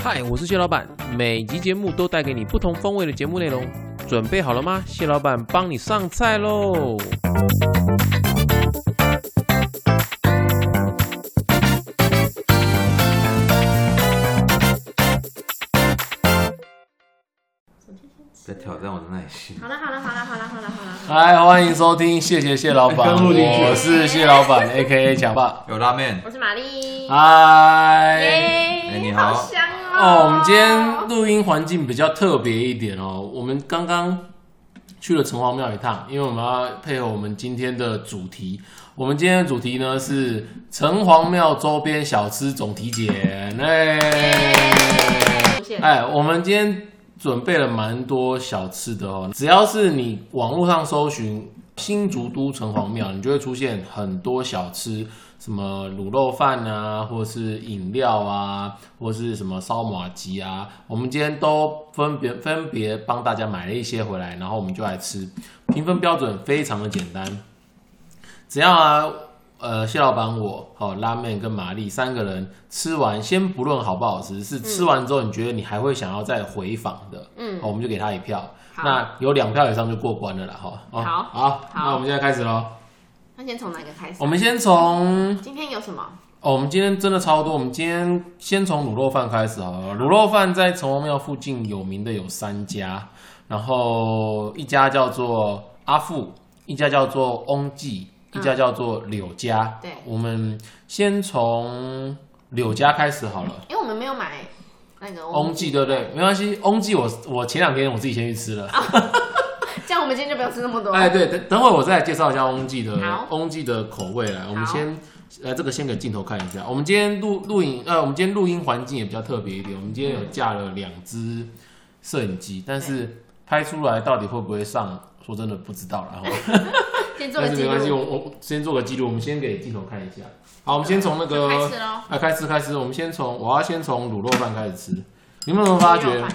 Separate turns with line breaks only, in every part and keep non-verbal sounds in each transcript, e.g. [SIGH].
嗨，我是蟹老板，每集节目都带给你不同风味的节目内容，准备好了吗？蟹老板帮你上菜喽！
在挑战我的耐心。
好了好了好了好了好了好了，
嗨，欢迎收听，谢谢谢老板，
刚录进去
我是谢老板 A K A 强爸，
[LAUGHS] 有拉面，
我是玛丽。
嗨。
哎
你好
好香哦！
哦，我们今天录音环境比较特别一点哦，我们刚刚去了城隍庙一趟，因为我们要配合我们今天的主题。我们今天的主题呢是城隍庙周边小吃总体检，哎、
出现
哎，我们今天准备了蛮多小吃的哦，只要是你网络上搜寻新竹都城隍庙，你就会出现很多小吃，什么卤肉饭啊，或是饮料啊，或是什么烧马鸡啊，我们今天都分别分别帮大家买了一些回来，然后我们就来吃。评分标准非常的简单，只要啊，呃，谢老板我好、拉面跟玛丽三个人吃完，先不论好不好吃，是吃完之后你觉得你还会想要再回访的，
嗯
好我们就给他一票。
好
那有两票以上就过关了啦，哈、哦。
好
好，那我们现在开始喽。
那先从哪个开始？
我们先从
今天有什么？
哦，我们今天真的超多。我们今天先从卤肉饭开始好了。卤肉饭在城隍庙附近有名的有三家，然后一家叫做阿富，一家叫做翁记，一家叫做柳家。
对
我们先从柳家开始好了。
因为我们没有买那个
翁记对不对？没关系，翁记我我前两天我自己先去吃了。
[LAUGHS] 这样我们今天就不要吃那么多。
哎，对，等等会我再来介绍一下翁记的
好
翁记的口味来。我们
好
先，呃，这个先给镜头看一下。我们今天录录影，呃，我们今天录音环境也比较特别一点。我们今天有架了两只摄影机，但是拍出来到底会不会上，说真的不知道了哈。
先做
但
哎
是
个记
没关系，
录。
我我先做个记录，我们先给镜头看一下。好，我们先从那
就
个
开始喽。
啊，开始开始，我们先从我要先从卤肉饭开始吃。你们有没有发
卤
觉
肉饭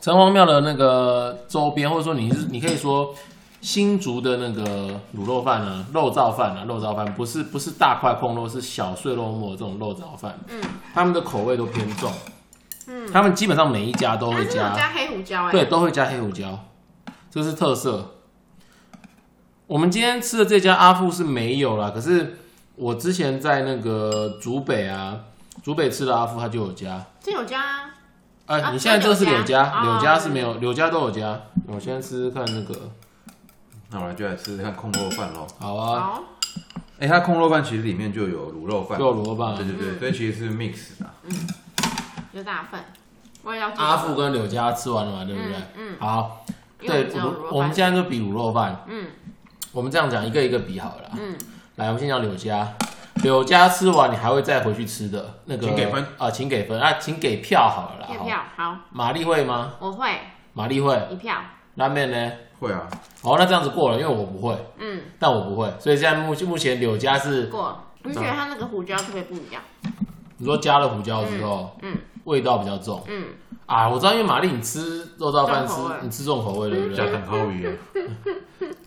城隍庙的那个周边，或者说你是你可以说新竹的那个卤肉饭啊、肉燥饭啊、肉燥饭，不是不是大块控肉，是小碎肉末这种肉燥饭，
嗯，
他们的口味都偏重，
嗯，
他们基本上每一家都
它
会
是有加黑胡椒哎。
对，，都会加黑胡椒，这是特色。我们今天吃的这家阿富是没有啦，可是我之前在那个竹北啊，竹北吃的阿富它就有加。
这有加
哎、
啊
你现在这个是
这
柳
柳家
家，柳
哦
家是没有，柳家都有加。我现在吃吃看那个，
那我来就来吃吃看空肉饭喽。
好啊，
哦，
哎、它空肉饭其实里面就有卤肉饭，嗯
就有萝卜。
对对对，所以其实是 mix 的啊。
有大份，我也要
阿富跟柳家吃完了嘛，对不对？
嗯
好，
因为
对，
只有卤
卤
肉饭
我们现在就比卤肉饭，
嗯
我们这样讲一个一个比好了啦。
嗯，
来，我们先讲柳家。柳家吃完，你还会再回去吃的那个，
请给分
啊、请给分啊，请给票好了啦。
一
哈
票好，
玛丽会吗？
我会
玛丽会，
一票，
拉面呢？
会啊，
哦，那这样子过了，因为我不会，
嗯，
但我不会，所以现在目目前柳家是，
过。你觉得它那个胡椒特别不一样？
你说加了胡椒之后，
嗯
味道比较重
嗯，
啊。我知道，因为玛丽你吃肉燥饭吃
重口味，嗯
你吃重口味对不
加
对？
糖口鱼啊，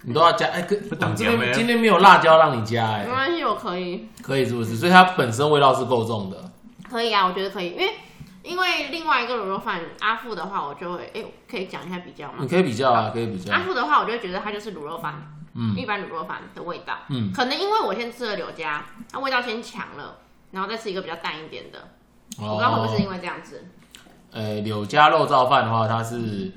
你都要加，哎、可我
挡
们今
娘
天
欸
今天没有辣椒让你加、
没
哎，
关系，我可以。
可以是不是？所以它本身味道是够重的。
可以啊，我觉得可以，因为因为另外一个卤肉饭阿富的话，我就会哎、可以讲一下比较吗
你？可以比较啊，可以比较
阿。富的话，我就会觉得它就是卤肉饭，
嗯
一般卤肉饭的味道。
嗯
可能因为我先吃了柳家，它味道先强了，然后再吃一个比较淡一点的。我
我
不知道会不会是因为这样子，
呃，柳家肉燥饭的话，它是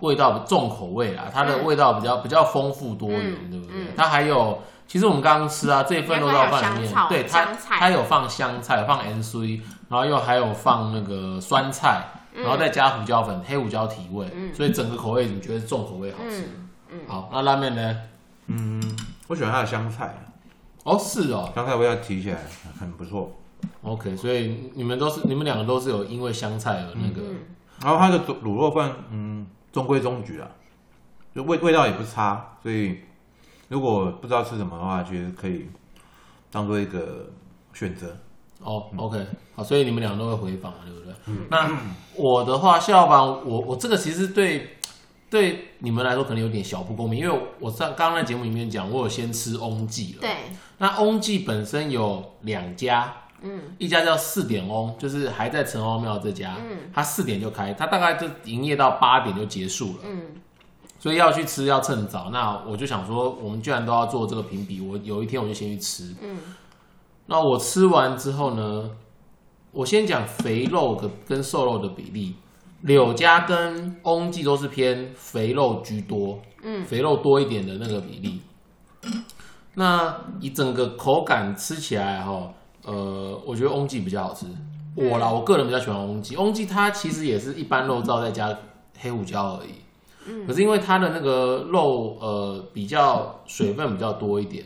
味道重口味啦，它的味道比较比较丰富多元，
嗯
对不对
嗯？
它还有，其实我们刚刚吃啊，这份肉燥饭里
原来它有香
面
草，
对它
香菜
它有放香菜，有放 N C，然后又还有放那个酸菜，
嗯
然后再加胡椒粉、黑胡椒提味，
嗯
所以整个口味你觉得重口味好吃。
嗯嗯，
好，那拉面呢？
嗯，我喜欢它的香菜，
哦，是哦
香菜味道提起来很不错。
，OK，所以你们都是你们两个都是有因为香菜而那个，
嗯
然后它的卤肉饭，嗯，中规中矩啊，就味味道也不差，所以如果不知道吃什么的话，其实可以当做一个选择。
哦、o k 好，所以你们俩都会回访嘛，对不对？那我的话，谢老板，我我这个其实对对你们来说可能有点小不公平，因为我在刚刚在节目里面讲，我有先吃翁记了。
对，
那翁记本身有两家，
嗯，
一家叫四点翁，就是还在城隍庙这家，
嗯，
它四点就开，它大概就营业到八点就结束了，
嗯，
所以要去吃要趁早。那我就想说，我们既然都要做这个评比，我有一天我就先去吃，
嗯，
那我吃完之后呢，我先讲肥肉的跟瘦肉的比例，柳家跟翁记都是偏肥肉居多，
嗯，
肥肉多一点的那个比例。那以整个口感吃起来哈、呃，我觉得翁记比较好吃。我啦，我个人比较喜欢翁记。翁记它其实也是一般肉燥再加黑胡椒而已，嗯，可是因为它的那个肉呃比较水分比较多一点，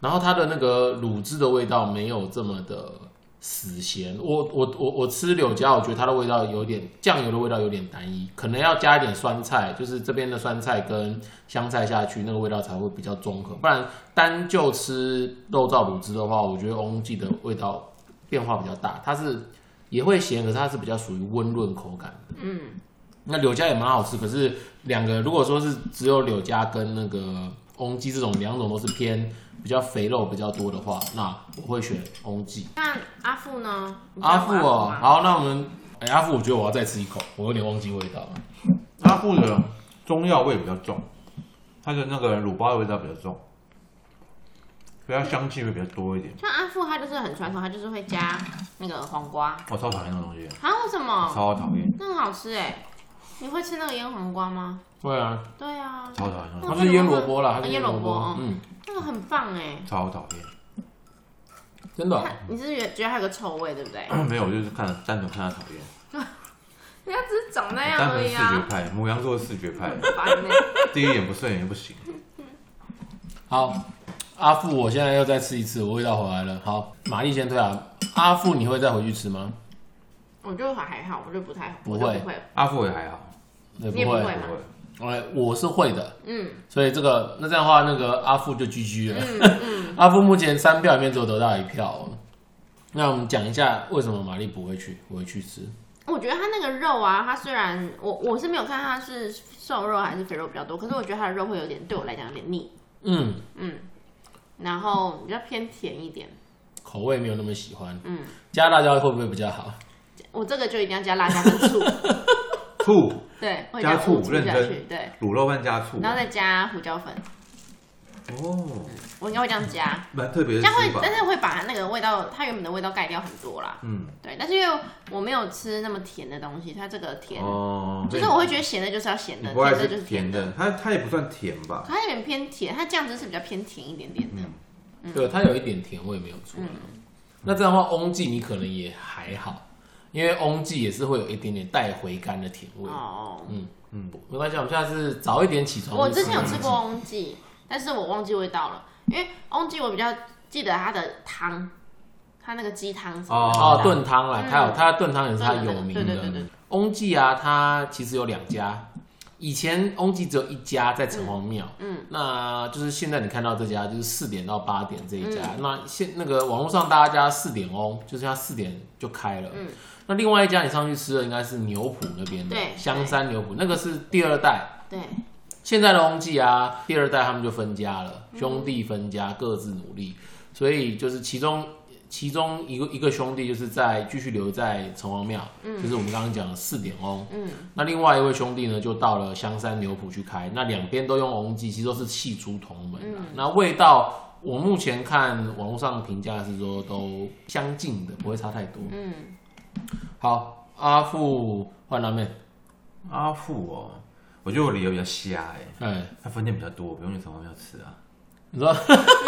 然后它的那个卤汁的味道没有这么的死咸。我我我我吃柳家，我觉得它的味道有点酱油的味道有点单一，可能要加一点酸菜，就是这边的酸菜跟香菜下去，那个味道才会比较综合。不然单就吃肉燥卤汁的话，我觉得翁记的味道变化比较大，它是也会咸，可是它是比较属于温润口感的。嗯，那柳家也蛮好吃，可是两个如果说是只有柳家跟那个翁记这种两种都是偏比较肥肉比较多的话，那我会选翁记。
那阿富呢？你知道
阿富哦
吗，
好，那我们哎、阿富，我觉得我要再吃一口，我有点忘记味道了。
它附的中药味比较重，它的那个乳包的味道比较重，所以它香气会比较多一点。
像阿富他就是很传统，他就是会加那个黄瓜。
我哦超讨厌那种东西，
啊，为什么？
超讨厌，
那很好吃哎、你会吃那个腌黄瓜吗？
对啊，
对啊，
超讨厌那种东
它是腌萝卜啦，它
啊
是
腌
腌
萝
萝
卜
卜，嗯，
那个很棒哎、
西，超讨厌。 [COUGHS]
真
啊
的哦、
它你是觉得觉得它有个臭味对 [LAUGHS] 不对？
没有，我就是看单纯看它讨厌，
人家只是长那样
单
而
纯视
已
觉
啊，
派，母羊座视觉派，
烦欸
第一眼不顺眼不行。
好，阿富，我现在又再吃一次，我味道回来了。好，玛丽先退啊。阿富，你会再回去吃吗？
[LAUGHS] 我就还好，我就不太，
不
我就
会
不会，
阿富也还好，
呃也不
你也不
不
会
会。
哎，我是会的，
嗯
所以这个那这样的话，那个阿富就 GG 了。 [LAUGHS]
嗯嗯，
阿富目前三票里面只有得到一票哦、那我们讲一下为什么玛丽不会去，不会去吃。
我觉得它那个肉啊，它虽然我我是没有看它是瘦肉还是肥肉比较多，可是我觉得它的肉会有点对我来讲有点腻，
嗯，
嗯，然后比较偏甜一点，
口味没有那么喜欢。
嗯，
加辣椒会不会比较好？
我这个就一定要加辣椒跟
[LAUGHS]
醋，
醋
对，会
加醋
醋
认
下
真
去，对，
卤肉饭加醋
然，后再加胡椒粉，
哦，
我应该会这样加，
蛮特别
这
的
样会
吃，法。
但是会把那个味道，它原本的味道盖掉很多啦。
嗯，
对，但是因为我没有吃那么甜的东西，它这个甜，
哦，
就是我会觉得咸的就是要咸
你
的，
不爱
甜
吃
的就是
甜
的，
的，它它也不算甜吧？
它有点偏甜，它酱汁是比较偏甜一点点的。嗯
对，它有一点甜味没有出来。那这样的话，翁记你可能也还好，因为翁记也是会有一点点带回甘的甜味。
哦，
没关系，我们下次早一点起床。
我之前有吃过，翁记，但是我忘记味道了，因为翁记我比较记得它的汤，它那个鸡汤什么的
哦，
味道
炖汤啦，它有它的炖汤也是它有名
对对对
的
对。
翁记啊，它其实有两家，以前翁记只有一家在城隍庙，
嗯，
那就是现在你看到这家就是四点到八点这一家，
嗯
那现那个网络上大家加四点翁，就是它四点就开了，
嗯，
那另外一家你上去吃的应该是牛埔那边的
对
香山牛埔，那个是第二代，
对，
现在的翁记啊，第二代他们就分家了，兄弟分家，各自努力，所以就是其中其中一个一个兄弟就是在继续留在城隍庙，就是我们刚刚讲的四点翁，
嗯，
那另外一位兄弟呢就到了香山牛埔去开，那两边都用翁记，其实都是气出同门、啊，那味道。我目前看网络上评价是说都相近的，不会差太多。
嗯，
好，阿富换拉面，
阿富哦，我觉得我理由比较瞎哎，
哎，
它分店比较多，不用去城隍庙吃啊，
你说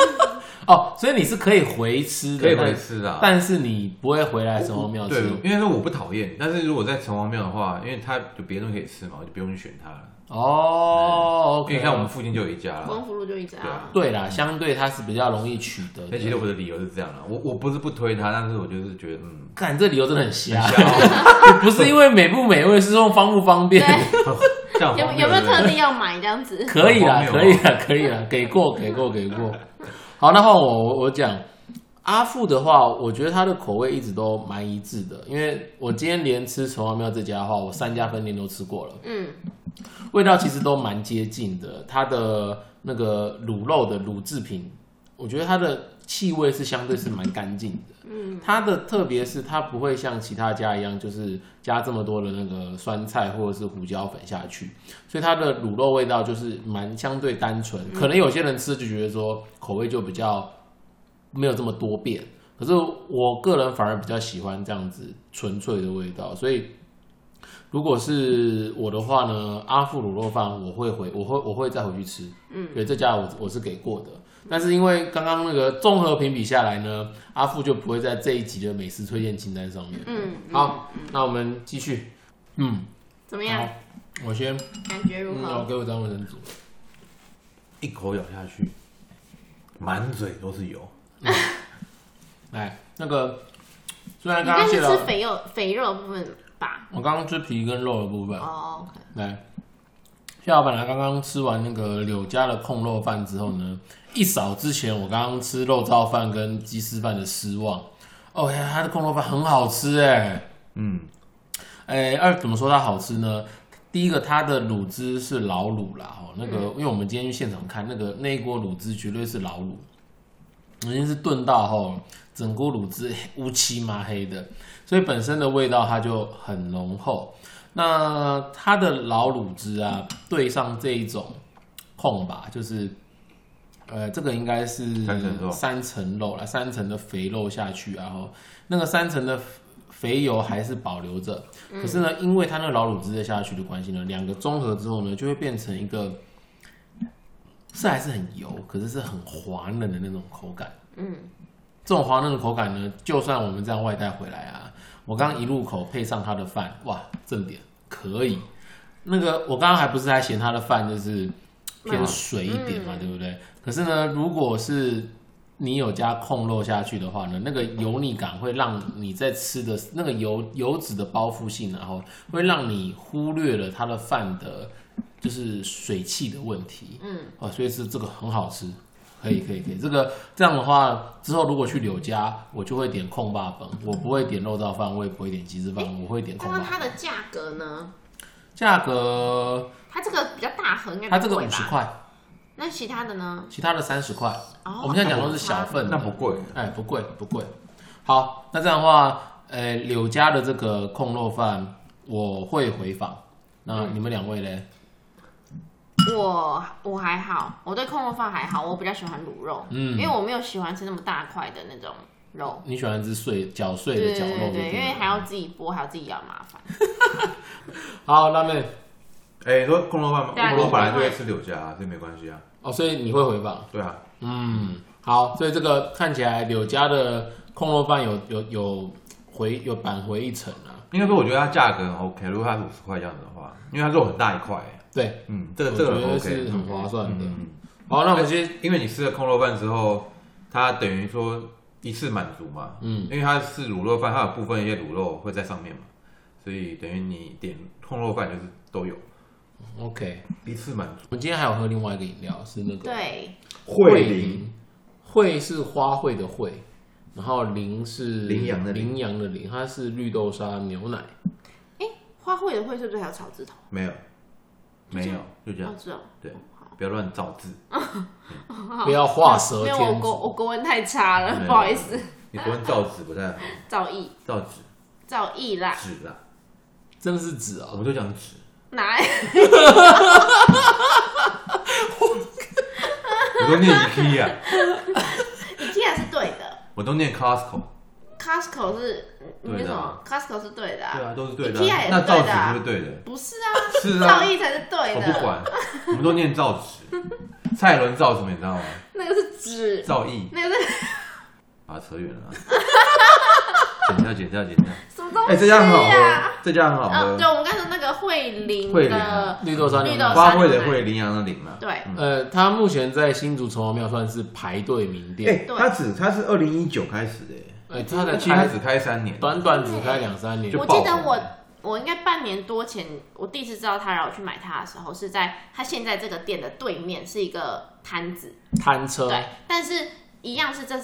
[LAUGHS] 哦，所以你是可以回吃的，
可以回吃啊。
但是你不会回来城隍庙吃
对，因为说我不讨厌，但是如果在城隍庙的话，因为它有别的东西可以吃嘛，我就不用去选它了。
哦。
因为
OK，
你看我们附近就有一家
光
了。
福路就一直啊，
对啦，相对它是比较容易取得
那其实
的。
我的理由是这样啦，我我不是不推它，但是我就是觉得
[LAUGHS]
嗯，
看这理由真的很瞎，
瞎哦
[LAUGHS] 不是因为美不美味，是用方不方便。
这样
啊有
荒谬
有没
对
有
不对
特地要买这样子？
可以啦，
好荒
可
谬
以
哦
啦，可以啦，给过，给过，给过。好，那换我，我我讲阿富的话，我觉得他的口味一直都蛮一致的，因为我今天连吃城隍庙这家的话，我三家分店都吃过了。
嗯
味道其实都蛮接近的。它的那个卤肉的卤制品，我觉得它的气味是相对是蛮干净的。嗯，它的特别是它不会像其他家一样，就是加这么多的那个酸菜或者是胡椒粉下去，所以它的卤肉味道就是蛮相对单纯。可能有些人吃就觉得说口味就比较没有这么多变，可是我个人反而比较喜欢这样子纯粹的味道，所以。如果是我的话呢，阿富卤肉饭我会回，我会我会再回去吃。嗯，对，这家我我是给过的。但是因为刚刚那个综合评比下来呢，阿富就不会在这一集的美食推荐清单上面。
嗯，嗯
好，那我们继续。嗯，
怎么
好
样？，
我先，
感觉如
嗯，我
何？
给我张卫生纸。
一口咬下去，满嘴都是油。
来，那个虽然
你
刚
该
刚
是
写
吃
了，
肥肉肥肉的部分吧？
我刚刚吃皮跟肉的部分，
哦，OK，
来，谢老板娘刚刚吃完那个柳家的控肉饭之后呢，一扫之前我刚刚吃肉燥饭跟鸡丝饭的失望。哦呀，他的控肉饭很好吃哎，
嗯，
哎，二怎么说它好吃呢？第一个，它的卤汁是老卤啦，哦，那个，因为我们今天去现场看，那个那一锅卤汁绝对是老卤，已经是炖到哦吼，整锅卤汁乌漆麻黑的，所以本身的味道它就很浓厚。那它的老卤汁啊，对上这一种控吧，就是，呃，这个应该是
三层肉
三层肉啦，三层的肥肉下去啊，然后那个三层的肥油还是保留着，可是呢，因为它那个老卤汁的下去的关系呢，两个综合之后呢，就会变成一个是还是很油，可是是很滑嫩的那种口感。
嗯，
这种滑嫩的口感呢，就算我们这样外带回来啊，我刚刚一入口配上它的饭，哇，正点可以。那个我刚刚还不是还嫌它的饭就是偏水一点嘛，对不对？可是呢，如果是你有加控肉下去的话呢，那个油腻感会让你在吃的那个油油脂的包覆性啊，然后会让你忽略了它的饭的，就是水汽的问题。嗯，哦，所以是这个很好吃，可以可以可以。这个这样的话，之后如果去柳家，我就会点控霸粉，我不会点肉燥饭，我也不会点鸡翅饭，我会点控
那
霸
它
粉。
的价格呢？
价格
它这个比较大盒，应该
它这个
不贵
五
吧
十。块，
那其他的呢？
其他的三十块。
哦
我们现在讲都是小份的
那，不贵。
哎，不贵不贵。好，那这样的话，呃，柳家的这个控肉饭我会回访。那
嗯
你们两位嘞？
我我还好，我对空肉饭还好，我比较喜欢卤肉，
嗯
因为我没有喜欢吃那么大块的那种肉。
你喜欢吃碎绞碎
对
的
对
绞肉
对
就
对，
对
因为
了
还要自己剥，还要自己咬，麻烦。
好辣妹
哎、说空肉饭吗？
对啊
我本来就会吃柳家、啊，这没关系啊。
哦，所以你会回访？
对啊，
嗯，好，所以这个看起来柳家的控肉饭有有有回有扳回一城啊。
应该说我觉得它价格很 OK，如果它五十块这样子的话，因为它肉很大一块、
对，
嗯，这个
我
这
觉
个很
得是
OK。
很划算的。
嗯
好，那我们先
因为你吃了空肉饭之后，它等于说一次满足嘛，
嗯
因为它是卤肉饭，它有部分一些卤肉会在上面嘛，所以等于你点空肉饭就是都有
，OK，
一次满足。
我们今天还有喝另外一个饮料，是那个
对，
惠
林
灵，
惠是花卉的惠，然后羚是
羚羊的羚
羚羊的羚，它是绿豆沙牛奶。
花卉的卉是不是还有草字头？
没有，没有，就这样
哦，，是哦。
对，不要乱造字，
不要画蛇
没有，
添
我
足
国。我国文太差
没
了，
有
不好意思。
你不能造纸不太好，
造诣，
造纸
造诣啦，
纸啦，
真的是纸
我
哦，
们就讲纸，
哪？
我都念 IKEA，
你竟然是对的。
我都念 Costco，
Costco 是，你
对
为
的
什
啊
么？Costco 是对的
对
啊，
啊，都是对的
IKEA
啊，
也是
那造
对的
纸
啊
是不是对的？
不是啊，
是啊
造，诣才是对
我
的。
不管，我们都念造纸，蔡伦造什么你知道吗？
那个是纸，
造诣。
那个是
啊，扯远了啊， [LAUGHS] 剪掉，剪掉，剪掉。
什么东
哎、
西
这家很好
啊？
喝，这家很好
嗯，对，
喝，
我们刚才说那个惠灵
惠灵
的，
绿豆沙牛
绿豆
奶。
花卉嗯的卉，羚羊的羚嘛。
对
嗯
呃，它目前在新竹城隍庙算是排队名
哎、
店，
它只它是二零一九开始的耶，
呃，它的
哎其实它
开
只开三年，
短短只开两三年
就
我，
爆
记得
红
我我应该半年多前，我第一次知道他，然后我去买它的时候，是在他现在这个店的对面是一个摊子，
摊车
对，但是一样是这。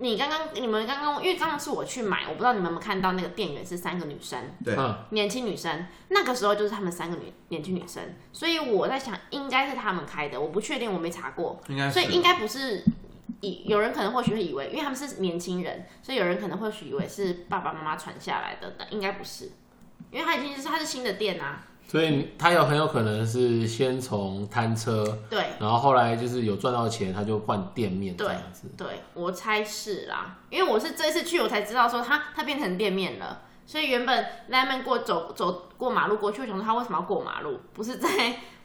你刚刚你们刚刚，因为刚刚是我去买，我不知道你们有没有看到那个店员是三个女生，
对，
嗯，
年轻女生，那个时候就是他们三个女年轻女生，所以我在想应该是他们开的，我不确定，我没查过，
应该是
所以应该不是以有人可能或许会以为，因为他们是年轻人，所以有人可能或许以为是爸爸妈妈传下来的，但应该不是，因为它已经是它是新的店啊，
所以他有很有可能是先从摊车，
对
然后后来就是有赚到钱，他就换店面这
对
样子。
对，我猜是啦，因为我是这次去我才知道说它它变成店面了。所以原本 Lemon 过走走过马路过去，我想说他为什么要过马路？不是在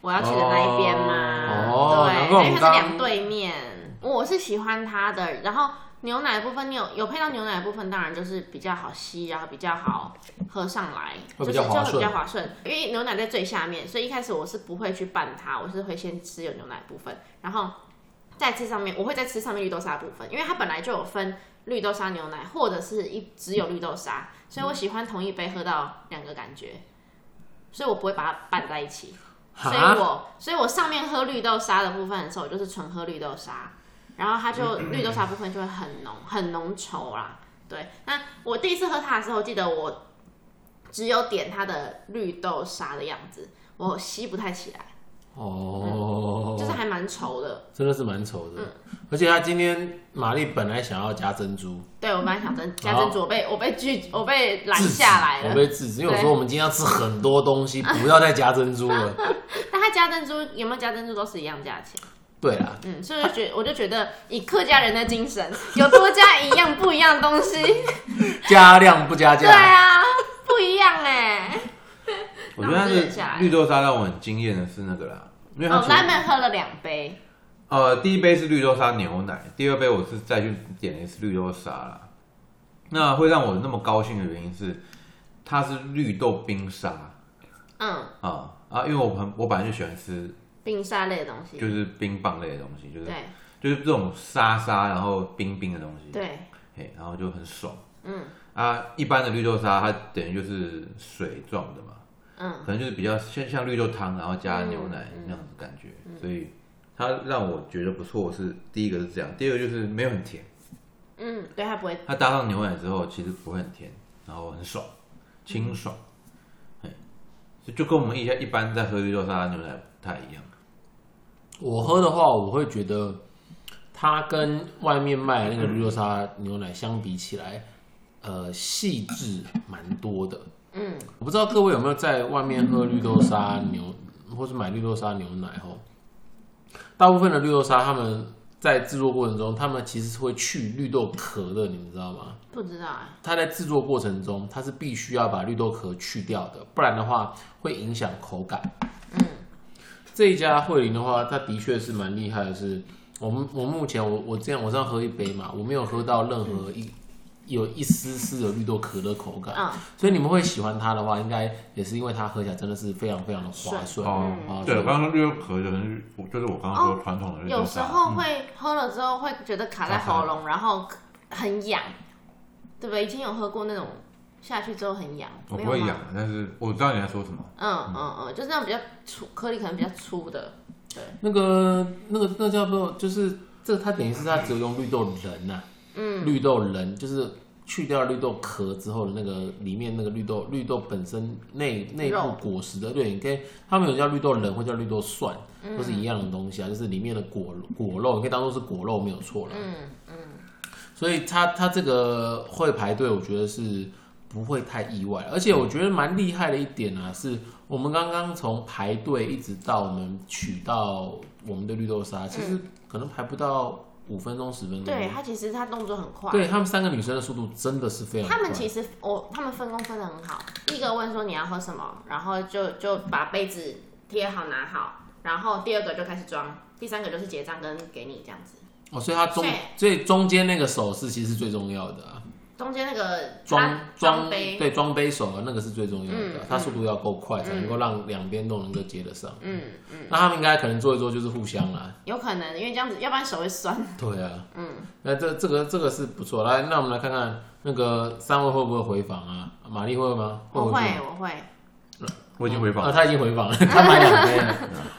我要去的那一边吗？
哦哦难怪我
对，因为
们
它
刚
是两对面。我是喜欢它的，然后牛奶的部分，你有有配到牛奶的部分，当然就是比较好吸，然后比较好喝上来，
会比
就是
较
就
划
会比较
顺
划顺。因为牛奶在最下面，所以一开始我是不会去拌它，我是会先吃有牛奶的部分，然后再吃上面，我会再吃上面绿豆沙的部分，因为它本来就有分绿豆沙牛奶，或者是一只有绿豆沙，所以我喜欢同一杯喝到两个感觉，所以我不会把它拌在一起。所以
哈
我所以我上面喝绿豆沙的部分的时候，我就是纯喝绿豆沙，然后它就
嗯
绿豆沙部分就会很浓很浓稠啦。对，那我第一次喝它的时候，记得我只有点它的绿豆沙的样子，我吸不太起来，
哦，
就是还蛮稠的。
真的是蛮丑
嗯
的。而且他今天玛丽本来想要加珍珠，
对我本来想真加
好
珍珠，我被我被拒，我被拦
制止
下来
我
了。
被制止，因为我
对
说我们今天要吃很多东
[LAUGHS]
西，不要再加珍珠了。
但它加珍珠有没有加珍珠都是一样价钱。
对啦，
嗯，所以我就觉我 [LAUGHS] 就觉得以客家人的精神，有多加一样不一样的东西。
加量不加
对
价。
啊，不一样哎、
我觉得它
那我们就忍下
是
来
绿豆沙让我很惊艳的是那个啦，因为它
哦
除，
拉面喝了两杯，
呃第一杯是绿豆沙牛奶，第二杯我是再去点了一次绿豆沙啦。那会让我那么高兴的原因是，它是绿豆冰沙
嗯，
啊啊，因为我很我本来就喜欢吃
冰沙类的东西，
就是冰棒类的东西，就是
对
就是这种沙沙然后冰冰的东西，
对，
嘿，然后就很爽。
嗯
啊，一般的绿豆沙它等于就是水状的嘛，
嗯
可能就是比较像像绿豆汤，然后加牛奶
嗯嗯
那样子的感觉，所以它让我觉得不错是第一个是这样，第二个就是没有很甜，
嗯，对，它不会，
它搭上牛奶之后其实不会很甜，然后很爽，
嗯
清爽，嘿，就就跟我们一下一般在喝绿豆沙牛奶不太一样，
我喝的话，我会觉得它跟外面卖的那个绿豆沙牛奶相比起来，呃，细致蛮多的。
嗯，
我不知道各位有没有在外面喝绿豆沙牛，或是买绿豆沙牛奶哦。大部分的绿豆沙，他们在制作过程中，他们其实是会去绿豆壳的，你们知道吗？
不知道啊，
它在制作过程中，它是必须要把绿豆壳去掉的，不然的话会影响口感。
嗯
这一家惠林的话，它的确是蛮厉害的是，我们我目前我我这样我这样喝一杯嘛，我没有喝到任何一有一丝丝的绿豆壳的口感，
嗯，
所以你们会喜欢它的话，应该也是因为它喝起来真的是非常非常的划算
哦
啊所
对，我
以
刚刚说绿豆壳就是我就是我刚刚说传统的绿豆
哦有时
沙，
候会喝了之后会觉得卡在喉
嗯
咙，然后很痒，对不对？以前有喝过那种下去之后很痒，
我哦
没
不会
有吗
痒，，但是我知道你在说什么。
嗯嗯嗯，就是那种比较粗，颗粒可能比较粗的，
那个那个那叫做就是这它等于是它只有用绿豆仁呐、
嗯
绿豆仁就是去掉绿豆壳之后的那个里面那个绿豆绿豆本身内内部
肉
果实的，对，你可以他们有叫绿豆仁或叫绿豆蒜，
嗯
都是一样的东西啊，就是里面的果果肉，你可以当做是果肉没有错啦。
嗯嗯，
所以它它这个会排队，我觉得是不会太意外，而且我觉得蛮厉害的一点啊，是我们刚刚从排队一直到我们取到我们的绿豆沙，其实可能排不到五分钟十分
嗯
钟，
嗯对，它其实它动作很快，
对他们三个女生的速度真的是非常快。
他们其实我他们分工分得很好，第一个问说你要喝什么，然后就就把杯子贴好拿好，然后第二个就开始装，第三个就是结账跟给你这样子。
哦，所以他中
对
所以中间那个手势其实是最重要的啊、
中间那个
装
它
装
装杯，
对装杯手啊，那个是最重要的啊、
嗯
它速度要够快，才能够让两边都能够接得上。
嗯嗯，
那他们应该可能做一做就是互相啊啦，
有可能因为这样子，要不然手会酸。
对啊，
嗯，
那这这个这个是不错。来，那我们来看看那个三位会不会回访啊？玛丽会吗？
我
回
会
哦去吗
我会，
我已经回访
啊，
了，
他已经回访了， [LAUGHS] 他买两杯了。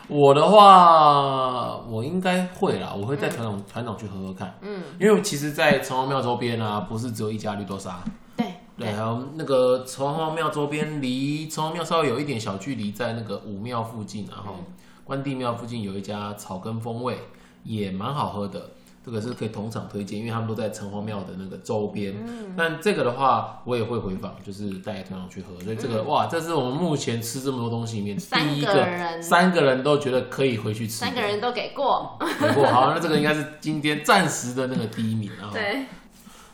我的话，我应该会啦，我会带团长、团长去喝喝看，
嗯，
因为其实，在城隍庙周边啊，不是只有一家绿豆沙，
对
对，还有哎那个城隍庙周边，离城隍庙稍微有一点小距离，在那个武庙
嗯
附近啊，然后关帝庙附近有一家草根风味，也蛮好喝的。这个是可以同场推荐，因为他们都在城隍庙的那个周边。
嗯
但这个的话，我也会回访，就是带同样去喝，所以这个、哇，这是我们目前吃这么多东西里面
嗯三
第一
个人
三个人都觉得可以回去吃的，
三个人都给过，
没过。好，那这个应该是今天暂时的那个第一名啊。。
对，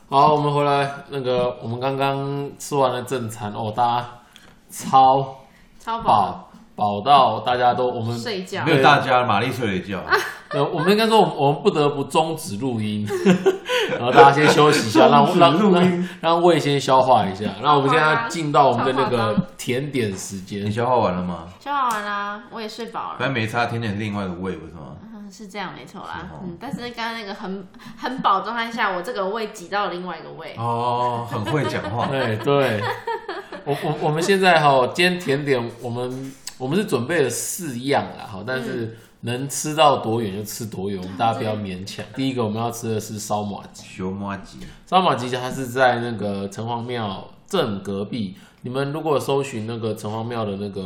好，我们回来，那个我们刚刚吃完了正餐哦，大家超
超饱，
饱嗯饱到大家都我们
睡觉
没。有大家玛丽睡了一觉，
呃，我们应该说，我们我们不得不终止录音， [LAUGHS] 然后大家先休息一下，让
终止
让
录音
让让胃先消化一下。那我们现在要进到我们的那
啊超夸
个
张
甜点时间。
你。消化完了吗？
消化完啦，啊我也睡饱
反
了。
正没差，甜点另外的味不是吗？
嗯，是这样没错啦
是哦。
嗯，但是刚刚那个很很饱状态下，我这个胃挤到另外一个胃。
哦，很会讲话
[LAUGHS] 对哎对，我我我们现在哈，今天甜点我们我们是准备了四样啦，哈，但是能吃到多远就吃多远，我们大家不要勉强。第一个我们要吃的是烧马鸡，
熊猫鸡，
烧马鸡它是在那个城隍庙正隔壁。你们如果搜寻那个城隍庙的那个，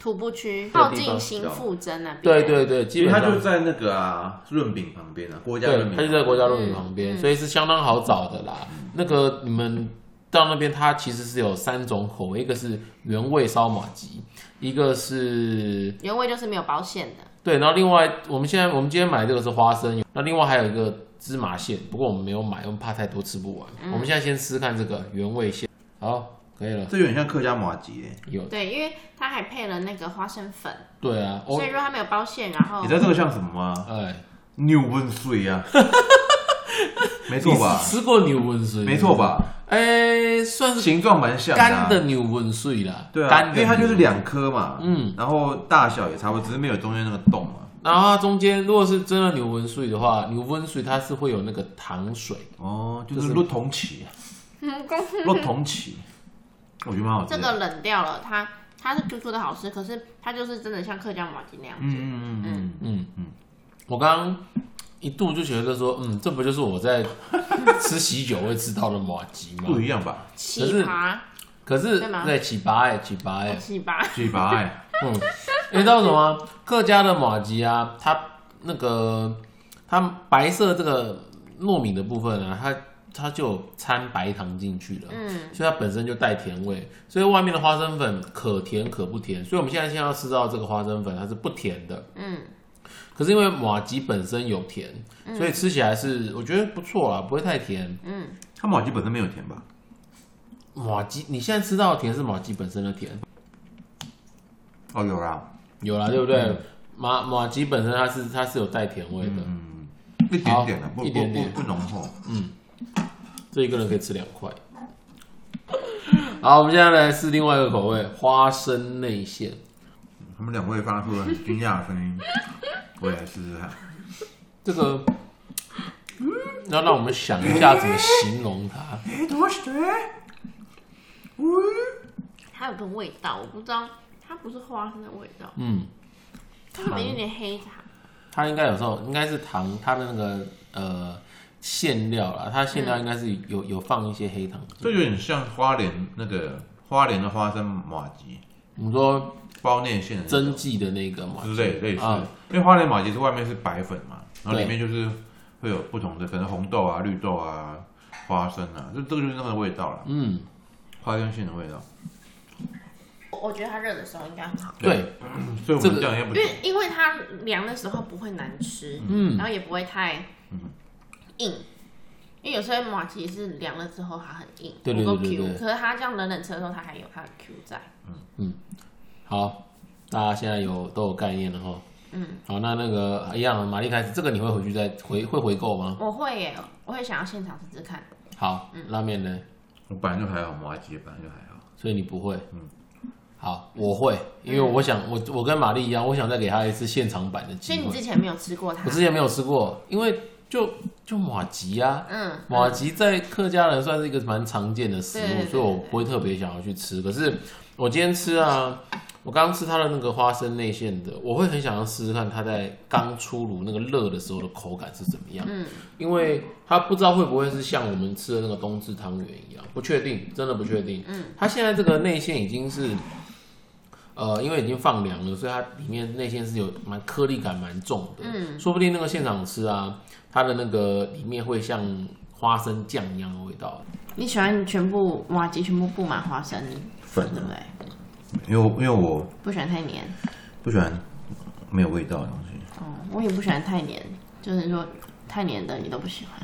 徒步区
这个
靠
地方
近新富珍那边，
对，对对，基
因为
本
它
上
就在那个啊润饼旁边啊，郭家
对，
润饼，
它就在国家路影旁边，
嗯
所以是相当好找的啦。那个你们到那边，它其实是有三种口味，一个是原味烧马鸡，一个是
原味就是没有保险的，
对，然后另外我们现在我们今天买这个是花生油，那另外还有一个芝麻馅，不过我们没有买，我们怕太多吃不完。我们现在先吃看这个原味馅，好，可以了。
这有点像客家麻吉耶。
有
对，因为它还配了那个花生粉，
对啊，哦
所以，如果它没有包馅，然后
你知道这个像什么吗？
哎，
牛温
[LAUGHS]
水啊，没
你
错吧
是？吃过牛温水？
没错？吧？
哎，算是
形状蛮像啊
干的，牛温水啦，
对啊，
干
因
的，
为它就是。两颗嘛，
嗯
嗯，然后大小也差不多，只是没有中间那个洞嘛。
然后它中间如果是真的牛温水的话，牛温水它是会有那个糖水，
哦，就是落同起，落同起，我觉得蛮好吃
这
的。
个冷掉了，它它是 QQ 的好吃，可是它就是真的像客家麻吉那样
嗯
子，
嗯嗯嗯嗯，
嗯嗯，我刚刚一度就觉得说，嗯，这不就是我在吃喜酒会吃到的马吉吗？
不一样吧？
奇葩
可是
对吗
对起拔哎起拔哎，
奇葩，
嘴巴哎，
嗯，你知道什么吗？客家的马吉啊，它那个它白色这个糯米的部分啊，它它就有掺白糖进去了，
嗯，
所以它本身就带甜味，所以外面的花生粉可甜可不甜，所以我们现在现在要吃到这个花生粉它是不甜的，
嗯，
可是因为马吉本身有甜，所以吃起来是我觉得不错啦，不会太甜。
嗯，
它马吉本身没有甜吧？
马吉你现在吃到的甜是马吉本身的甜，
哦，有啦，
有啦，对不
嗯
对？马马吉本身它是它是有带甜味的，
嗯，一点点的，
好
不
一
不
点
不
点
不浓厚。
这一个人可以吃两块。好，我们现在来试另外一个口味，花生内馅。
他们两位发出了很惊讶的声 [LAUGHS] 音，我也来试试看。
这个，嗯要让我们想一下怎么形容它。
哎，同学，
它有个味道，我不知道，它不是花生的味道，
嗯，
它有一点黑糖，
它应该有时候应该是糖，它的那个呃馅料啦，它馅料应该是有有放一些黑糖进去。
这有点像花莲那个花莲的花生马吉
我们说
包内馅的那种
蒸汽的那个嘛，
之类类似
啊
的，因为花莲马吉是外面是白粉嘛，然后
对
里面就是会有不同的，可能红豆啊、绿豆啊、花生啊，这这个就是那个味道了，
嗯，
花生馅的味道。
我我觉得它热的时候应该很好，
对，
所以我
这个
们这样也不
因为因为它凉的时候不会难吃，
嗯
然后也不会太硬，因为有些马其实是凉了之后它很硬，
对对
不够
对对
Q，
对
可是它这样冷冷吃的时候，它还有它的 Q 在。
好，大家现在有都有概念了哈。
嗯，
好，那那个一样，玛丽开始，这个你会回去再回会回购吗？
我会耶，我会想要现场试试看。
好，拉面呢？
我本来就还好，马吉本来就还好。
所以你不会。
嗯
好，我会，因为我想我我跟玛丽一样，我想再给她一次现场版的
嗯
机
所以你
会
之。前没有吃过它
我？之前没有吃过，因为就就马吉啊，
嗯，
马吉在客家人算是一个蛮常见的食
对对
物，
对
所以我不会特别想要去吃。可是我今天吃啊，我刚刚吃它的那个花生内馅的，我会很想要试试看它在刚出炉那个热的时候的口感是怎么样。
嗯，
因为它不知道会不会是像我们吃的那个冬至汤圆一样，不确定，真的不确定。嗯，它现在这个内馅已经是呃，因为已经放凉了，所以它里面内馅是有蛮颗粒感蛮重的。
嗯，
说不定那个现场吃啊，它的那个里面会像花生酱一样的味道。
你喜欢全部瓦吉全部布满花生
粉
对不对？
因为我因为我
不喜欢太黏，
不喜欢没有味道的
[LAUGHS]
东西。
哦，我也不喜欢太黏，就是说太黏的你都不喜欢。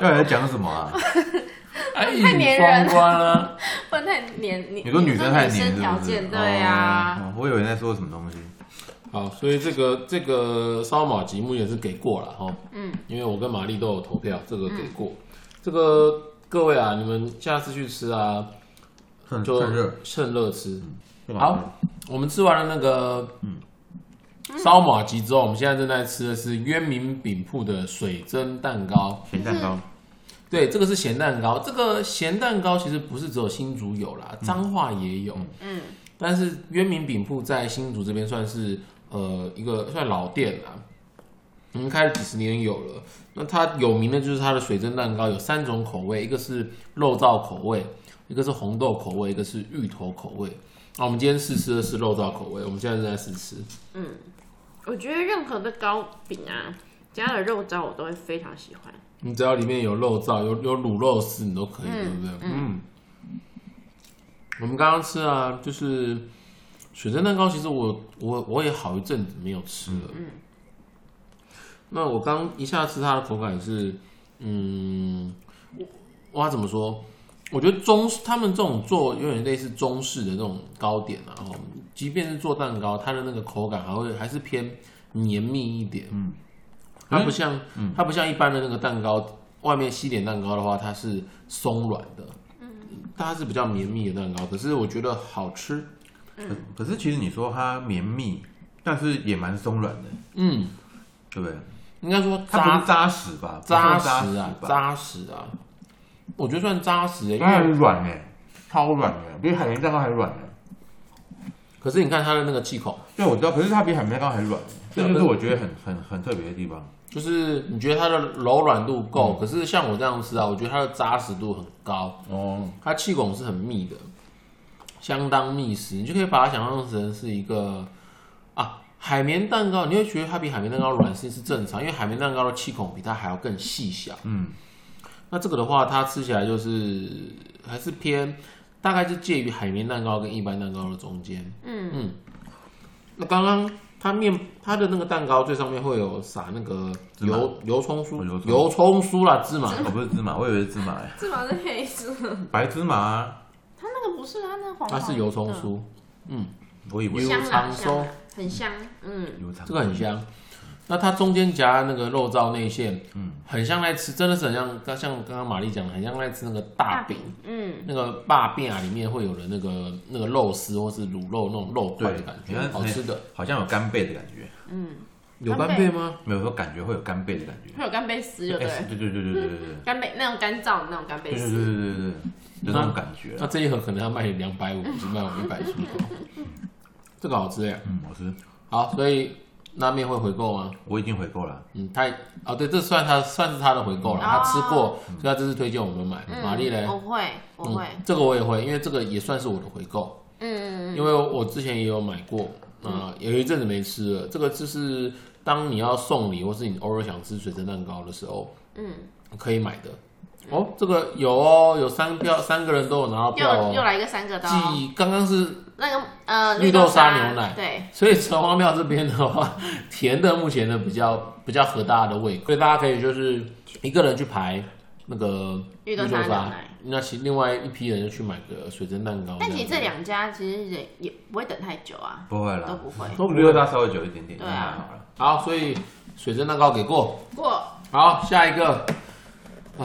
要来讲什么啊？
哎，一
[LAUGHS] 太
语
黏人
双关啊！
不然太黏，你
你说女生太
你
黏
说
是
女
不
生
是？
条件对啊，
哦哦我以为你在说什么东西。
好，所以这个这个烧马吉目前是给过了哈，
嗯，
因为我跟玛丽都有投票，这个给过。这个各位啊，你们下次去吃啊，
趁
就
嗯趁热，嗯
趁热吃。
干嘛
好，我们吃完了那个
嗯
烧马吉之后，我们现在正在吃的是渊明饼铺的水蒸蛋糕。
咸蛋糕，
对，这个是咸蛋糕。这个咸蛋糕其实不是只有新竹有啦，彰化也有。
嗯，
但是渊明饼铺在新竹这边算是呃一个算老店啦，已经开了几十年有了。那它有名的就是它的水蒸蛋糕，有三种口味，一个是肉燥口味，一个是红豆口味，一个是芋头口味。那我们今天试吃的是肉燥口味，我们现在正在试吃。
我觉得任何的糕饼啊，加了肉燥我都会非常喜欢。
你只要里面有肉燥、有有卤肉丝，你都可以，对不对？嗯。我们刚刚吃啊，就是水蒸蛋糕，其实我我我也好一阵子没有吃了。嗯。那我刚一下吃它的口感是，嗯，我我要怎么说？我觉得中他们这种做有点类似中式的那种糕点啊，然后即便是做蛋糕，它的那个口感还会还是偏绵密一点。
嗯，
它不像、它不像一般的那个蛋糕，外面西点蛋糕的话，它是松软的，嗯，它是比较绵密的蛋糕。可是我觉得好吃，
可可是其实你说它绵密，但是也蛮松软的，
嗯，
对不对？
应该说
它不
扎
是扎实吧？不算
扎
扎
实啊，
吧？
扎实啊，我觉得算扎实欸的、因
它很
为
软哎，超软哎，比海绵蛋糕还软哎。
可是你看它的那个气孔，
对，我知道，可是它比海绵蛋糕还软，
对
这
啊
就是
可是
我觉得很很很特别的地方。
就是你觉得它的柔软度够，可是像我这样吃啊，我觉得它的扎实度很高，
哦，
它气孔是很密的，相当密实，你就可以把它想象成是一个啊海绵蛋糕，你会觉得它比海绵蛋糕软是是正常，因为海绵蛋糕的气孔比它还要更细小。
嗯，
那这个的话，它吃起来就是还是偏，大概是介于海绵蛋糕跟一般蛋糕的中间。
嗯，
那刚刚它面它的那个蛋糕最上面会有撒那个
芝麻
油油葱酥
哦油，葱
油葱酥啦，芝麻。
哦，不是芝麻，我以为是芝麻哎，
芝麻是黑色，
白芝麻啊，
它那个不是，它那个黄黄
它
的
是油葱，酥，
我以为
油
香
葱
啊香
酥
啊，很香，嗯，
油肠
这个很香。那它中间夹那个肉燥内馅，
嗯，
很像在吃，真的是很像，刚像刚刚玛丽讲的，很像在吃那个大饼，，
嗯，
那个大饼啊里面会有的那个那个肉丝或是卤肉那种肉块的
对
感
你
觉，
看
好吃的。
好像有干贝的感觉，
嗯
有
干
干
贝
贝吗？
没有说感觉会有干贝的感觉。
会有干贝丝，就对
哎
了，
对对对对对对对对。
干贝那种干燥的那种干贝
对对
丝，
对对对，有那种感觉
[LAUGHS] 那。这一盒可能要卖你两百五，只卖我一百出头。这个好吃哎，
嗯，我是
好，所以拉面会回购吗？
我已经回购了，
嗯，他哦，对，这算他算是他的回购了，
嗯
他吃过
哦，
所以他这次推荐我们买。
嗯
玛丽嘞，
我会，我会，
嗯，这个我也会，因为这个也算是我的回购。
嗯，
因为我之前也有买过，啊、有一阵子没吃了。这个就是当你要送礼，或是你偶尔想吃水蒸蛋糕的时候，
嗯，
可以买的。哦，这个有哦，有三票，三个人都有拿到
又
票
又
哦。
来一个三个刀，
继刚刚是，
那个呃
绿豆沙牛奶
对，
所以城隍庙这边的话，甜的目前呢比较比较合大家的胃口，所以大家可以就是一个人去排那个
绿豆
豆
沙牛
沙
奶，
那其另外一批人就去买个水蒸蛋糕样子。
但其实这两家其实也也不会等太久啊，
不会
都
啦，
不会
我觉得它稍微久一点点，
对啊
还好了。
好，所以水蒸蛋糕给过。
过。
好，下一个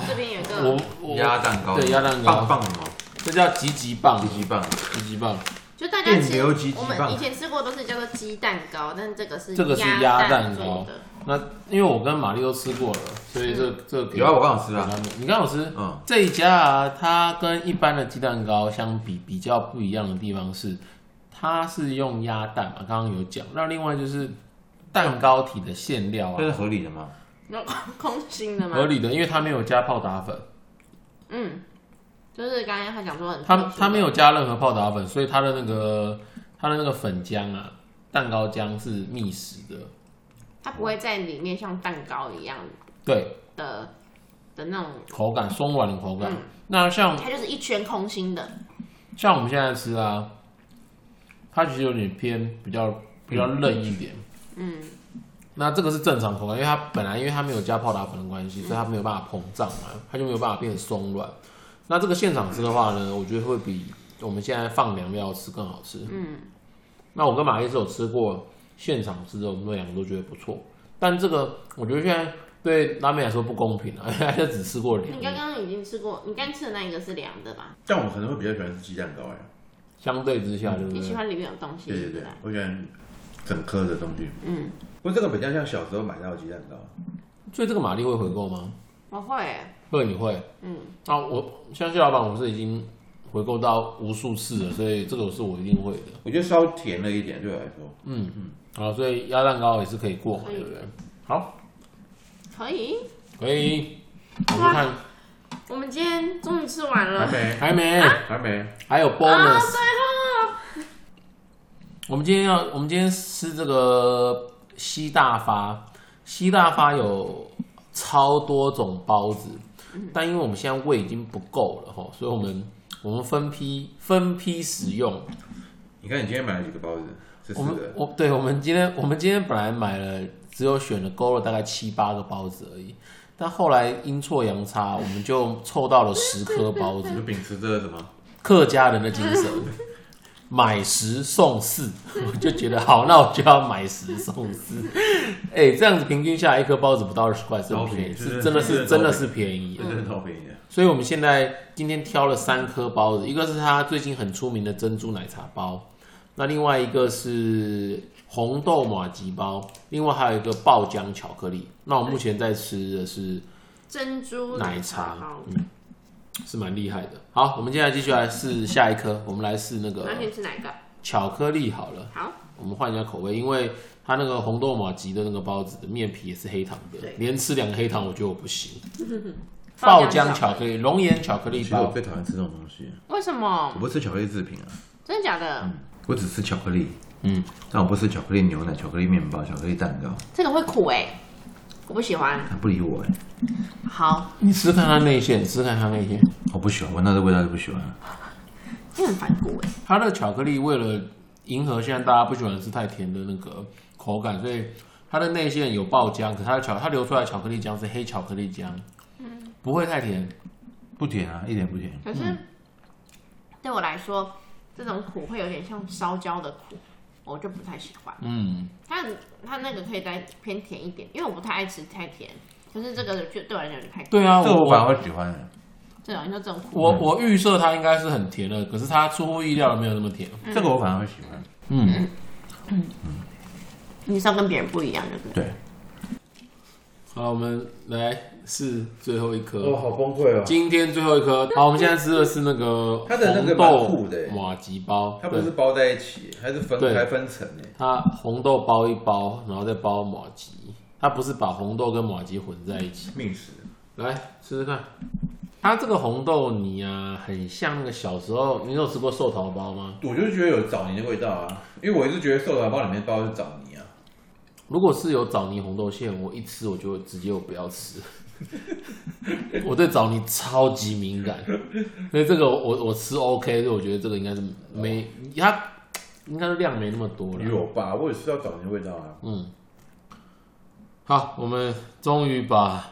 这边有一个
我我
鸭蛋糕，
对鸭蛋糕
棒棒什么？
这叫吉吉棒
鸡，鸡棒，
吉吉棒，
就大家
电
吃，
流级
我
鸡棒
们以前吃过都是叫做鸡蛋糕，但这个是
这个是鸭
鸭
蛋糕
做的，
那因为我跟玛丽都吃过了，所以这这个给
有啊，我刚好吃
给他
了。
们。你刚好吃，
嗯，
这一家啊，它跟一般的鸡蛋糕相比，比较不一样的地方是，它是用鸭蛋嘛，刚刚有讲。那另外就是蛋糕体的馅料
这是
啊，
合理的吗？
那空空心的吗？
嗯
合理的，因为它没有加泡打粉。
嗯，就是刚刚他讲说很
它
特殊
它
的
没有加任何泡打粉，所以它的那个它的那个粉浆啊，蛋糕浆是密实的。
它不会在里面像蛋糕一样
对，
的的那种，
口感松软的口感。
嗯
那像
它就是一圈空心的，
像我们现在吃啊，它其实有点偏比较比较韧一点。
嗯，
那这个是正常口感，因为它本来因为它没有加泡打粉的关系，
嗯
所以它没有办法膨胀嘛，它就没有办法变松软。那这个现场吃的话呢，我觉得会比我们现在放凉料吃更好吃。嗯，那我跟马医师有吃过现场吃的，我们都两个都觉得不错。但这个我觉得现在对拉面来说不公平啊， [LAUGHS] 因为它就只吃过
你刚
两，
刚已经吃过，你刚吃的那一个是凉的吧？
但我可能会比较喜欢吃鸡蛋糕哎，
相对之下，对不
你
嗯
喜
对？
欢里面有东西，
对对
不
对，我喜欢整颗的东西。
嗯，
不过这个比较像小时候买到的鸡蛋糕，
所以这个玛丽会回购吗？
我会欸、
会，你会？
嗯，
那、啊我像谢老板，我是已经回购到无数次了，所以这个是我一定会的。
我觉得稍甜了一点对我来说。
嗯嗯，好，所以鸭蛋糕也是可以过嘛，
可以
对不对？好，
可以。
可以。我们看
我们今天终于吃完了啊
还，没，
还没，
还没，
还有 bonus。
最后
我们今天要，我们今天吃这个西大发，西大发有超多种包子，但因为我们现在胃已经不够了哈，所以我们我们分批分批食用。
你看你今天买了几个包子？十
我
四
们
个。
我对我们今天我们今天本来买了，只有选了勾了大概七八个包子而已，但后来阴错阳差，我们就凑到了十颗包子 [LAUGHS]
你，就秉持着什么？
客家人的精神， [LAUGHS] 买十送四， [LAUGHS] 我就觉得好，那我就要买十送四。哎、这样子平均下来一颗包子不到二十块，是不
超
便
便
宜，
宜
是
是
真的是
是
真的是便宜。
真的超便宜的。
所以我们现在今天挑了三颗包子，一个是它最近很出名的珍珠奶茶包，那另外一个是红豆马吉包，另外还有一个爆浆巧克力。那我目前在吃的是
珍珠
奶茶
茶好，
是蛮厉害的。好，我们接下来继续来试下一颗，我们来试那个
那先吃哪一个？
巧克力好了。
好，
我们换一下口味，因为它那个红豆马吉的那个包子的面皮也是黑糖的
对，
连吃两个黑糖我觉得我不行。爆浆巧克力、熔岩巧克力
其实我
包，
最讨厌吃这种东西，
为什
我
么？
不吃巧克力制品啊，
真的假的？
我只吃巧克力，
嗯，
但我不吃巧克力牛奶、巧克力面包、巧克力蛋糕。
这个会苦哎、我不喜欢。
他不理我哎，
好，
你吃看它内馅，吃看它内馅。
我不喜欢，闻到这味道就不喜欢。
你很反骨哎、
它的巧克力为了迎合现在大家不喜欢吃太甜的那个口感，所以它的内馅有爆浆，可它的巧它流出来的巧克力浆是黑巧克力浆，不会太甜。
不甜啊，一点不甜。
可是、嗯对我来说，这种苦会有点像烧焦的苦，我就不太喜欢。
嗯，
它它那个可以再偏甜一点，因为我不太爱吃太甜。可是这个就对我来讲有点太苦。
对啊，
这个
我
我反
我
而会嗯喜欢哎，
这种你说这种苦，
我我预设它应该是很甜的，可是它出乎意料的没有那么甜。
这个我反而会喜欢。
嗯，
你是要跟别人不一样，对不对？
对，
好，我们来试最后一颗。
好崩溃哦。
今天最后一颗，好，我们现在吃的是那个
它的那个蛮
红
酷
豆
的欸
马吉包，
它不是
对
包在一起，它是分
对
开分层哎。
它红豆包一包，然后再包马吉，它不是把红豆跟马吉混在一起。
命食，
来吃吃看，它这个红豆泥啊，很像那个小时候，你有吃过寿桃包吗？
我就觉得有枣泥的味道啊，因为我一直觉得寿桃包里面包的是枣泥啊。
如果是有枣泥红豆馅，我一吃我就会直接我不要吃。 [LAUGHS] 我对枣泥超级敏感，所以这个我我吃 OK，所以我觉得这个应该是没它应该是量没那么多了。
有吧？我也吃到枣泥的味道啊。
嗯，好，我们终于把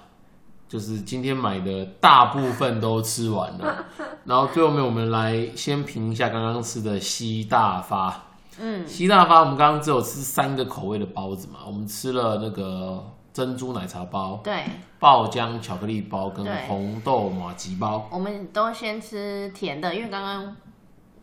就是今天买的大部分都吃完
[LAUGHS]
了，然后最后面我们来先评一下刚刚吃的西大发。
嗯，
西大发我们刚刚只有吃三个口味的包子嘛，我们吃了那个珍珠奶茶包、
对，
爆浆巧克力包跟
对
红豆马吉包。
我们都先吃甜的，因为刚刚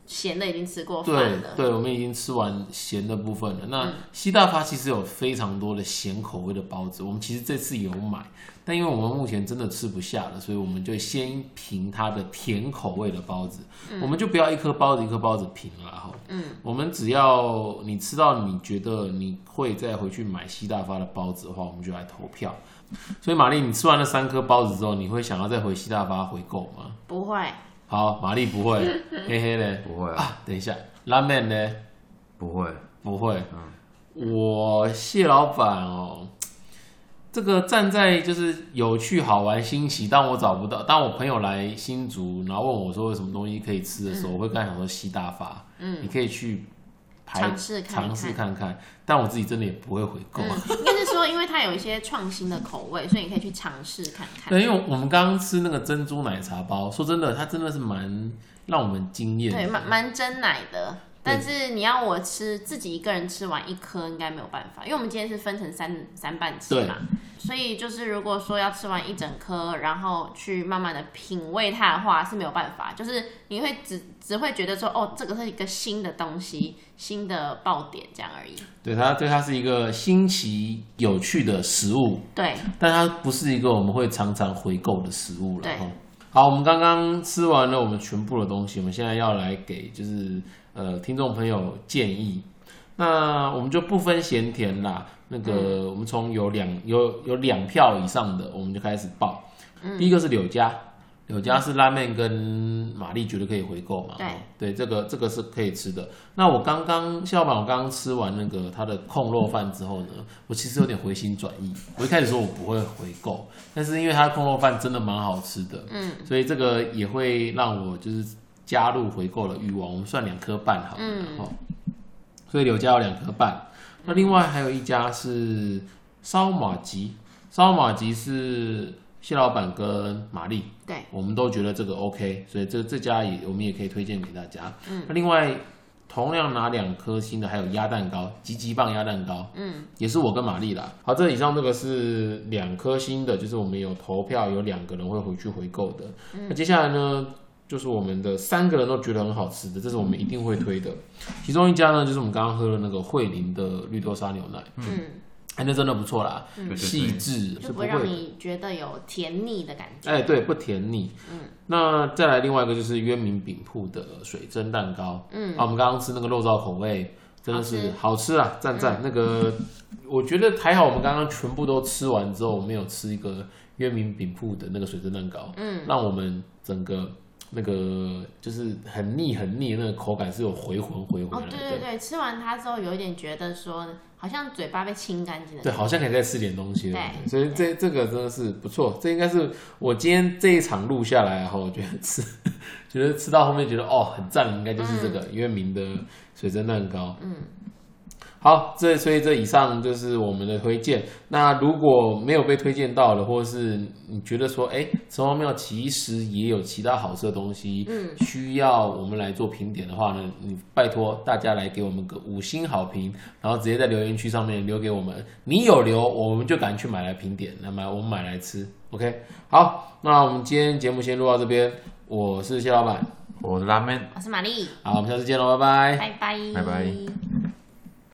咸的已嗯经吃过饭
对
了。
对，我们已经吃完咸的部分了。那西大发其实有非常多的咸口味的包子，我们其实这次有买，但因为我们目前真的吃不下了，所以我们就先评它的甜口味的包子，
嗯
我们就不要一颗包子一颗包子评了哈。嗯，我们只要你吃到你觉得你会再回去买西大发的包子的话，我们就来投票。所以玛丽，你吃完了三颗包子之后，你会想要再回西大发回购吗？
不会，
好，玛丽不会，
[LAUGHS]
黑黑嘞
不会啊，
啊，等一下，拉面呢？
不会，嗯
不会，我谢老板哦，这个站在就是有趣、好玩、新奇。当我找不到，当我朋友来新竹，然后问我说有什么东西可以吃的时
嗯
候，我会跟他讲说西大发，嗯，你可以去排
尝试看看
尝试看看，但我自己真的也不会回购。
[LAUGHS] 嗯应该是说，因为它有一些创新的口味，所以你可以去尝试看看。
对，因为我们刚刚吃那个珍珠奶茶包，说真的，它真的是蛮让我们惊艳的。
对，蛮蛮真奶的。但是你要我吃自己一个人吃完一颗，应该没有办法，因为我们今天是分成三三半吃嘛，所以就是如果说要吃完一整颗，然后去慢慢的品味它的话是没有办法，就是你会只只会觉得说，哦，这个是一个新的东西，新的爆点这样而已。
对它，对它是一个新奇有趣的食物。
对，
但它不是一个我们会常常回购的食物了。
对
吼好，我们刚刚吃完了我们全部的东西，我们现在要来给就是呃听众朋友建议。那我们就不分咸甜啦，那个我们从有两有有两票以上的，我们就开始报。第一个是柳家，柳家是拉面跟玛丽绝对可以回购嘛。
对
吼对，这个这个是可以吃的。那我刚刚谢老板，我刚刚吃完那个他的控肉饭之后呢，我其实有点回心转意。我一开始说我不会回购，但是因为他的控肉饭真的蛮好吃的，
嗯，
所以这个也会让我就是加入回购的欲望。我们算两颗半好了，
嗯
然后所以柳家有两颗半。那另外还有一家是烧马吉，烧马吉是谢老板跟玛丽，
对，
我们都觉得这个 OK，所以这这家也我们也可以推荐给大家。嗯，那另外同样拿两颗星的还有鸭蛋糕，吉吉棒鸭蛋糕，
嗯，
也是我跟玛丽啦。好，这以上这个是两颗星的，就是我们有投票，有两个人会回去回购的。
嗯
那接下来呢，就是我们的三个人都觉得很好吃的，这是我们一定会推的。其中一家呢，就是我们刚刚喝的那个惠林的绿豆沙牛奶，
嗯，
哎，那真的不错啦，
对对
细
对，
致是
就
不
不
会
会让你觉得有甜腻的感觉。
哎，对，不甜腻。嗯，那再来另外一个就是渊明饼铺的水蒸蛋糕。
嗯
啊，我们刚刚吃那个肉燥口味，真的是好吃啊，赞
嗯
赞。那个我觉得还好，我们刚刚全部都吃完之后，我们有吃一个渊明饼铺的那个水蒸蛋糕，
嗯，
让我们整个那个就是很腻很腻，那个口感是有回魂回回
哦
来，
对
的。
对对，吃完它之后有一点觉得说，好像嘴巴被清干净了。
对，好像可以再吃点东西了。
对
所以这这个真的是不错，这应该是我今天这一场录下来后，我觉得吃， [LAUGHS] 觉得吃到后面觉得哦很赞，应该就是这个渊明的水蒸蛋糕。嗯，好，这所以这以上就是我们的推荐。那如果没有被推荐到的，或者是你觉得说，哎，城隍庙其实也有其他好吃的东西，嗯，需要我们来做评点的话呢，你拜托大家来给我们个五星好评，然后直接在留言区上面留给我们，你有留，我们就敢去买来评点，那买我们买来吃，OK？好，那我们今天节目先录到这边，我是谢老板，
我的拉面。
我是玛丽，
好，我们下次见喽，拜拜。
哎拜拜，
拜拜。